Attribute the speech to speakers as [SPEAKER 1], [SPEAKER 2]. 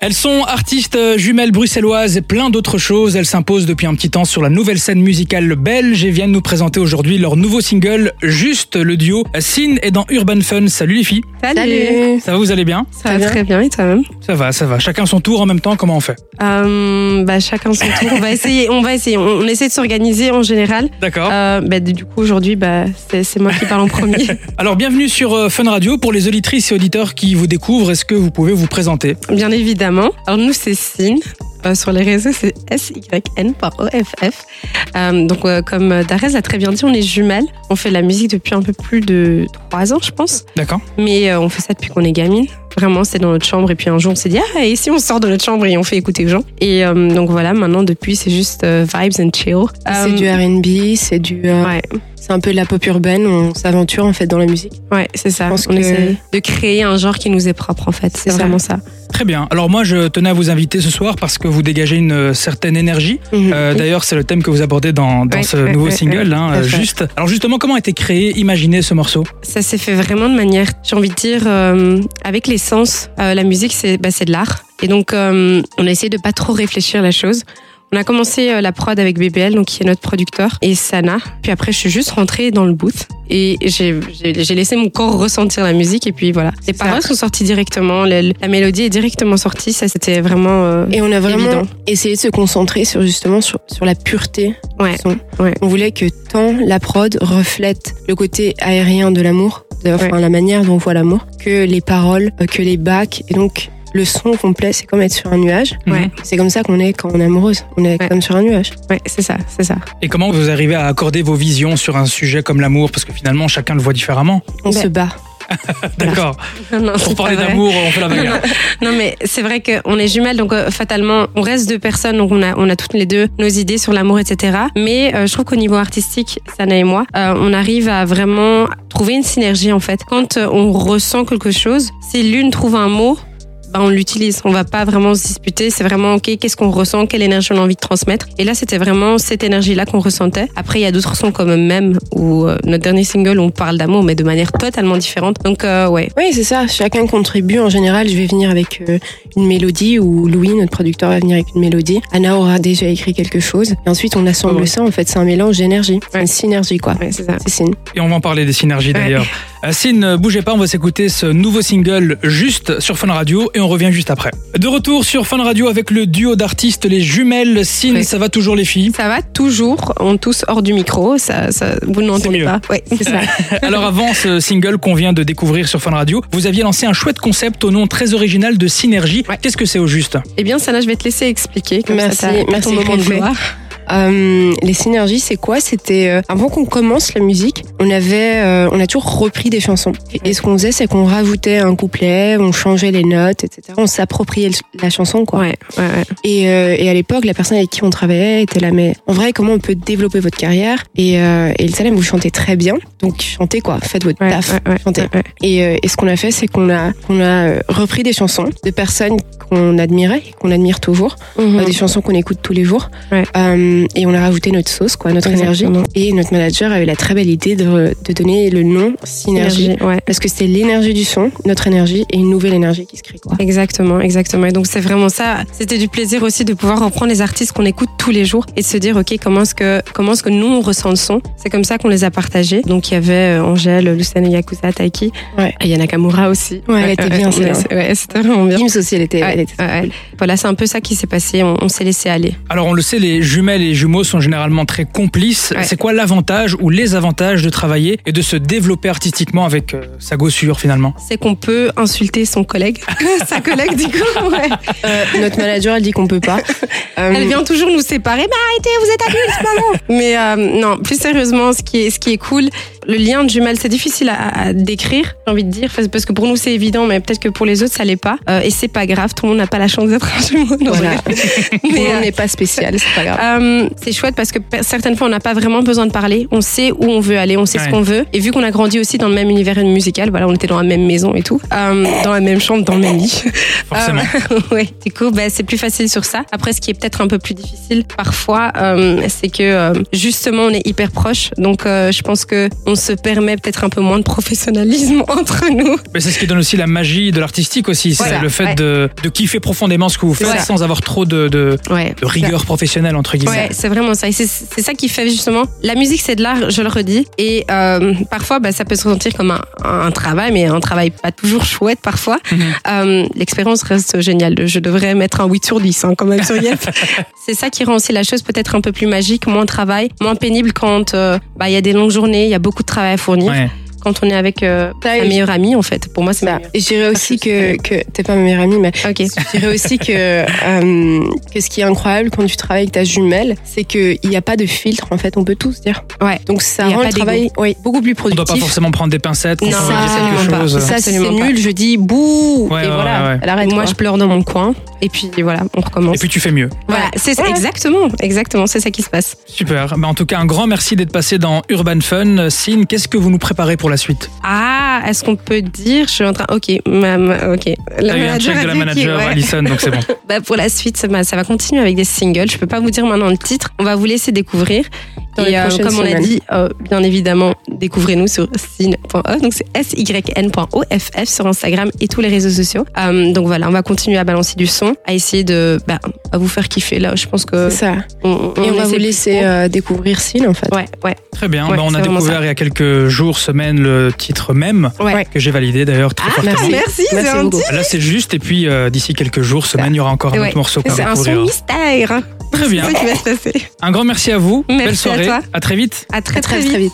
[SPEAKER 1] Elles sont artistes euh, jumelles bruxelloises et plein d'autres choses. Elles s'imposent depuis un petit temps sur la nouvelle scène musicale belge et viennent nous présenter aujourd'hui leur nouveau single, Juste le duo. Cine est dans Urban Fun. Salut les filles.
[SPEAKER 2] Salut.
[SPEAKER 1] Ça va, vous allez bien
[SPEAKER 2] Ça va très bien et toi-même
[SPEAKER 1] Ça va, ça va. Chacun son tour en même temps, comment on fait
[SPEAKER 2] Euh, bah, Chacun son tour. On va essayer. On va essayer. On, on essaie de s'organiser en général.
[SPEAKER 1] D'accord.
[SPEAKER 2] Euh, bah, du coup, aujourd'hui, bah, c'est c'est moi qui parle en premier.
[SPEAKER 1] Alors bienvenue sur euh, Fun Radio. Pour les auditrices et auditeurs qui vous découvrent, est-ce que vous pouvez vous présenter
[SPEAKER 2] Bien évidemment. Alors nous, c'est Syn. Euh, sur les réseaux, c'est S-Y-N.O-F-F. Euh, donc, euh, comme Darès l'a très bien dit, on est jumelles. On fait de la musique depuis un peu plus de trois ans, je pense.
[SPEAKER 1] D'accord.
[SPEAKER 2] Mais euh, on fait ça depuis qu'on est gamine. Vraiment, c'est dans notre chambre. Et puis un jour, on s'est dit, ah, et si on sort de notre chambre et on fait écouter aux gens Et euh, donc voilà, maintenant, depuis, c'est juste euh, vibes and chill.
[SPEAKER 3] Ah,
[SPEAKER 2] Euh,
[SPEAKER 3] C'est du R&B, c'est du, euh,
[SPEAKER 2] Ouais,
[SPEAKER 3] c'est un peu de la pop urbaine. On s'aventure en fait dans la musique.
[SPEAKER 2] ouais c'est ça.
[SPEAKER 3] Je pense
[SPEAKER 2] on
[SPEAKER 3] que-
[SPEAKER 2] essaie de créer un genre qui nous est propre, en fait. C'est
[SPEAKER 3] ça.
[SPEAKER 2] vraiment ça.
[SPEAKER 1] Très bien. Alors moi, je tenais à vous inviter ce soir parce que vous dégagez une euh, certaine énergie. Euh, D'ailleurs, c'est le thème que vous abordez dans, dans
[SPEAKER 2] Ouais,
[SPEAKER 1] ce
[SPEAKER 2] ouais,
[SPEAKER 1] nouveau
[SPEAKER 2] ouais,
[SPEAKER 1] single. hein,
[SPEAKER 2] tout à
[SPEAKER 1] euh,
[SPEAKER 2] fait.
[SPEAKER 1] juste. Alors justement, comment a été créé, imaginé ce morceau
[SPEAKER 2] Ça s'est fait vraiment de manière, j'ai envie de dire, euh, avec les sens. Euh, la musique, c'est bah, c'est de l'art. Et donc, euh, on a essayé de pas trop réfléchir à la chose. On a commencé euh, la prod avec BBL, donc qui est notre producteur, et Sana. Puis après, je suis juste rentrée dans le booth et j'ai j'ai- j'ai laissé mon corps ressentir la musique. Et puis voilà, les
[SPEAKER 3] ça.
[SPEAKER 2] paroles sont sorties directement, le- la mélodie est directement sortie. Ça, c'était vraiment. euh,
[SPEAKER 3] Et on a vraiment
[SPEAKER 2] Évident.
[SPEAKER 3] essayé de se concentrer sur justement sur, sur la pureté
[SPEAKER 2] Ouais,
[SPEAKER 3] du son.
[SPEAKER 2] ouais.
[SPEAKER 3] On voulait que tant la prod reflète le côté aérien de l'amour, de- enfin la manière dont on voit l'amour, que les paroles, euh, que les bacs et donc le son complet, c'est comme être sur un nuage.
[SPEAKER 2] ouais,
[SPEAKER 3] C'est comme ça qu'on est quand on est amoureuse. On est
[SPEAKER 2] Ouais.
[SPEAKER 3] comme sur un nuage.
[SPEAKER 2] ouais, c'est ça, c'est ça.
[SPEAKER 1] Et comment vous arrivez à accorder vos visions sur un sujet comme l'amour Parce que finalement, chacun le voit différemment.
[SPEAKER 3] On
[SPEAKER 2] Ben,
[SPEAKER 3] se bat.
[SPEAKER 1] D'accord.
[SPEAKER 2] Non, non, c'est
[SPEAKER 1] Pour parler
[SPEAKER 2] pas vrai.
[SPEAKER 1] d'amour, on fait la bagarre.
[SPEAKER 2] Non mais c'est vrai qu'on est jumelles donc euh, fatalement on reste deux personnes donc on a on a toutes les deux nos idées sur l'amour etc. Mais euh, je trouve qu'au niveau artistique Sana et moi euh, on arrive à vraiment trouver une synergie en fait. Quand euh, on ressent quelque chose si l'une trouve un mot bah, on l'utilise, on va pas vraiment se disputer, c'est vraiment ok, qu'est-ce qu'on ressent, quelle énergie on a envie de transmettre. Et là, c'était vraiment cette énergie-là qu'on ressentait. Après, il y a d'autres sons comme même ou euh, notre dernier single, on parle d'amour, mais de manière totalement différente. Donc, euh, ouais,
[SPEAKER 3] Oui, c'est ça. Chacun contribue. En général, je vais venir avec euh, une mélodie ou Louis, notre producteur, va venir avec une mélodie. Anna aura déjà écrit quelque chose. Et ensuite, on assemble
[SPEAKER 2] Oh.
[SPEAKER 3] ça. En fait, c'est un mélange d'énergie. C'est
[SPEAKER 2] Ouais.
[SPEAKER 3] une synergie, quoi.
[SPEAKER 2] ouais c'est ça.
[SPEAKER 3] C'est signe.
[SPEAKER 1] Et on va en parler des synergies d'ailleurs. Euh, Si ne bougez pas, on va s'écouter ce nouveau single juste sur Fun Radio et on revient juste après. De retour sur Fun Radio avec le duo d'artistes les jumelles Sin,
[SPEAKER 2] Oui.
[SPEAKER 1] ça va toujours les filles.
[SPEAKER 2] Ça va toujours, on tousse hors du micro, ça, ça, vous ne
[SPEAKER 1] mieux.
[SPEAKER 2] l'entendez pas. Ouais, c'est ça.
[SPEAKER 1] Alors avant ce single qu'on vient de découvrir sur Fun Radio, vous aviez lancé un chouette concept au nom très original de synergie.
[SPEAKER 2] Ouais.
[SPEAKER 1] Qu'est-ce que c'est au juste
[SPEAKER 2] eh bien, Sana, je vais te laisser expliquer. Comme
[SPEAKER 3] Merci,
[SPEAKER 2] ça, t'as- t'as
[SPEAKER 3] merci,
[SPEAKER 2] ton moment de
[SPEAKER 3] Griffet.
[SPEAKER 2] gloire.
[SPEAKER 3] Euh, les synergies, c'est quoi C'était euh, avant qu'on commence la musique, on avait, euh, on a toujours repris des chansons. Et ce qu'on faisait, c'est qu'on rajoutait un couplet, on changeait les notes, etc. On s'appropriait le- la chanson, quoi.
[SPEAKER 2] Ouais, ouais, ouais.
[SPEAKER 3] Et, euh, et à l'époque, la personne avec qui on travaillait était là, mais en vrai, comment on peut développer votre carrière Et, euh, et il disait, là, mais vous chantez très bien, donc chantez quoi, faites votre
[SPEAKER 2] ouais,
[SPEAKER 3] taf.
[SPEAKER 2] ouais, ouais,
[SPEAKER 3] Chantez.
[SPEAKER 2] ouais, ouais.
[SPEAKER 3] Et, euh, et ce qu'on a fait, c'est qu'on a, qu'on a euh, repris des chansons de personnes qu'on admirait, qu'on admire toujours,
[SPEAKER 2] Mhm.
[SPEAKER 3] euh, des chansons qu'on écoute tous les jours,
[SPEAKER 2] Mm. Ouais.
[SPEAKER 3] Euh, et on a rajouté notre sauce, quoi, notre énergie.
[SPEAKER 2] Exactement.
[SPEAKER 3] Et notre manager a eu la très belle idée de, de donner le nom synergie.
[SPEAKER 2] Énergie, ouais.
[SPEAKER 3] Parce que c'était l'énergie du son, notre énergie et une nouvelle énergie qui se crée. Quoi.
[SPEAKER 2] Exactement, exactement. Et donc c'est vraiment ça. C'était du plaisir aussi de pouvoir reprendre les artistes qu'on écoute tous les jours et de se dire ok comment est-ce que comment est-ce que nous on ressent le son. C'est comme ça qu'on les a partagés. Donc il y avait euh, Angèle, Luciane Yakuza, Taiki,
[SPEAKER 3] Ouais.
[SPEAKER 2] et Yanakamura aussi.
[SPEAKER 3] Ouais, elle était bien,
[SPEAKER 2] on
[SPEAKER 3] celle-là.
[SPEAKER 2] laisse- Ouais, c'était vraiment bien.
[SPEAKER 3] Gims aussi, elle était,
[SPEAKER 2] Ouais,
[SPEAKER 3] elle était
[SPEAKER 2] ouais, ouais. Voilà, c'est un peu ça qui s'est passé. On, on s'est laissé aller.
[SPEAKER 1] Alors on le sait, les jumelles et jumeaux sont généralement très complices.
[SPEAKER 2] Ouais.
[SPEAKER 1] C'est quoi l'avantage ou les avantages de travailler et de se développer artistiquement avec euh, sa gossure finalement
[SPEAKER 2] C'est qu'on peut insulter son collègue, sa collègue du coup. ouais.
[SPEAKER 3] Euh, notre manager, elle dit qu'on peut pas. Euh,
[SPEAKER 2] Elle vient toujours nous séparer. Bah arrêtez, vous êtes adultes, maman. Mais euh, non, plus sérieusement, ce qui est ce qui est cool, le lien de jumelles, c'est difficile à, à décrire. J'ai envie de dire parce- parce que pour nous c'est évident, mais peut-être que pour les autres ça l'est pas. Euh, et c'est pas grave, tout le monde n'a pas la chance d'être un jumeau. Non,
[SPEAKER 3] Voilà.
[SPEAKER 2] je rigole.
[SPEAKER 3] Tout le
[SPEAKER 2] Mais,
[SPEAKER 3] monde
[SPEAKER 2] euh,
[SPEAKER 3] n'est pas spécial, c'est pas grave.
[SPEAKER 2] Euh, c'est chouette parce que pe- certaines fois on n'a pas vraiment besoin de parler, on sait où on veut aller, on sait
[SPEAKER 1] Ouais.
[SPEAKER 2] ce qu'on veut. Et vu qu'on a grandi aussi dans le même univers musical, voilà, on était dans la même maison et tout, euh, dans la même chambre, dans le même lit.
[SPEAKER 1] Forcément.
[SPEAKER 2] Euh, ouais. Du coup, bah, c'est plus facile sur ça. Après, ce qui est peut-être un peu plus difficile parfois, euh, c'est que euh, justement on est hyper proche, donc euh, je pense que on se permet peut-être un peu moins de professionnalisme entre nous.
[SPEAKER 1] Mais c'est ce qui donne aussi la magie de l'artistique aussi, c'est
[SPEAKER 2] Voilà,
[SPEAKER 1] le fait
[SPEAKER 2] ouais.
[SPEAKER 1] de, de kiffer profondément ce que vous faites
[SPEAKER 2] Voilà.
[SPEAKER 1] sans avoir trop de, de-
[SPEAKER 2] Ouais.
[SPEAKER 1] de rigueur professionnelle entre guillemets.
[SPEAKER 2] Ouais, c'est vraiment ça. Et c'est c'est ça qui fait justement. La musique, c'est de l'art, je le redis. Et euh, parfois, bah, ça peut se ressentir comme un, un travail, mais un travail pas toujours chouette parfois.
[SPEAKER 1] Mhm.
[SPEAKER 2] Euh, L'expérience reste géniale. Je devrais mettre un 8 sur 10 hein, quand même sur Yelp. c'est ça qui rend aussi la chose peut-être un peu plus magique, moins de travail, moins pénible quand euh, bah, il y a des longues journées, il y a beaucoup de travail à fournir.
[SPEAKER 1] Ouais.
[SPEAKER 2] Quand on est avec euh,
[SPEAKER 3] Ça,
[SPEAKER 2] un
[SPEAKER 3] et-
[SPEAKER 2] meilleur ami, en fait, pour moi, c'est
[SPEAKER 3] Bah,
[SPEAKER 2] ma-
[SPEAKER 3] et je dirais aussi que, que t'es pas ma meilleure amie, mais
[SPEAKER 2] Ok.
[SPEAKER 3] je dirais aussi que, euh, que ce qui est incroyable quand tu travailles avec ta jumelle, c'est qu'il n'y a pas de filtre, en fait, on peut tout se dire.
[SPEAKER 2] Ouais.
[SPEAKER 3] Donc ça
[SPEAKER 2] Il y a
[SPEAKER 3] rend
[SPEAKER 2] pas
[SPEAKER 3] le travail oui, beaucoup plus
[SPEAKER 1] On doit
[SPEAKER 3] productif.
[SPEAKER 1] pas forcément prendre des pincettes quand
[SPEAKER 2] Non,
[SPEAKER 1] on réalise quelque
[SPEAKER 2] absolument
[SPEAKER 1] chose.
[SPEAKER 2] pas.
[SPEAKER 3] Ça, si c'est
[SPEAKER 2] Absolument pas.
[SPEAKER 3] nul, je dis bouh
[SPEAKER 1] Ouais,
[SPEAKER 3] Et
[SPEAKER 1] ouais,
[SPEAKER 3] voilà,
[SPEAKER 1] ouais, ouais.
[SPEAKER 3] elle arrête.
[SPEAKER 2] Moi,
[SPEAKER 3] quoi.
[SPEAKER 2] je pleure dans mon coin. Et puis voilà, on recommence.
[SPEAKER 1] Et puis tu fais mieux.
[SPEAKER 2] Voilà, c'est ça,
[SPEAKER 3] Ouais.
[SPEAKER 2] exactement, exactement, c'est ça qui se passe.
[SPEAKER 1] Super. Bah, en tout cas, un grand merci d'être passé dans Urban Fun. Sine, qu'est-ce que vous nous préparez pour la suite
[SPEAKER 2] Ah, est-ce qu'on peut dire, je suis en train, ok, ma- ma- ok. La
[SPEAKER 1] T'as eu Ah un check de la
[SPEAKER 2] a dit qu'il-
[SPEAKER 1] manager
[SPEAKER 2] ouais.
[SPEAKER 1] Alison, donc c'est bon.
[SPEAKER 2] Bah, pour la suite, ça va, ça va continuer avec des singles. Je peux pas vous dire maintenant le titre. On va vous laisser découvrir.
[SPEAKER 3] Dans les
[SPEAKER 2] Et euh,
[SPEAKER 3] prochaines
[SPEAKER 2] comme on l'a
[SPEAKER 3] semaines.
[SPEAKER 2] dit, euh, bien évidemment, découvrez-nous sur syn.off, donc c'est s-y-n.off sur Instagram et tous les réseaux sociaux. Euh, donc voilà, on va continuer à balancer du son, à essayer de bah, à vous faire kiffer là. Je pense que
[SPEAKER 3] C'est ça.
[SPEAKER 2] on,
[SPEAKER 3] Et on,
[SPEAKER 2] essaie
[SPEAKER 3] va vous
[SPEAKER 2] plus
[SPEAKER 3] laisser
[SPEAKER 2] trop.
[SPEAKER 3] euh, découvrir Cine, en fait.
[SPEAKER 2] Ouais, ouais,
[SPEAKER 1] Très bien.
[SPEAKER 2] Ouais,
[SPEAKER 1] Bah, on a
[SPEAKER 2] c'est vraiment
[SPEAKER 1] découvert il y a quelques jours, semaines, le titre même,
[SPEAKER 2] Ouais. Ah,
[SPEAKER 1] que j'ai validé d'ailleurs très fortement. Bah,
[SPEAKER 3] Merci. Merci
[SPEAKER 2] c'est
[SPEAKER 3] beaucoup.
[SPEAKER 2] gentil.
[SPEAKER 1] Là, c'est juste. Et puis, euh, d'ici quelques jours, semaines, il y aura encore un
[SPEAKER 2] Ouais.
[SPEAKER 1] autre morceau qu'on
[SPEAKER 2] C'est un
[SPEAKER 1] découvrira.
[SPEAKER 2] son mystère.
[SPEAKER 1] Très bien.
[SPEAKER 2] C'est ça qui va se passer.
[SPEAKER 1] Un grand merci à vous.
[SPEAKER 2] Merci
[SPEAKER 1] Belle
[SPEAKER 2] à
[SPEAKER 1] soirée.
[SPEAKER 2] toi.
[SPEAKER 1] à très vite.
[SPEAKER 2] À très
[SPEAKER 3] Très, très vite.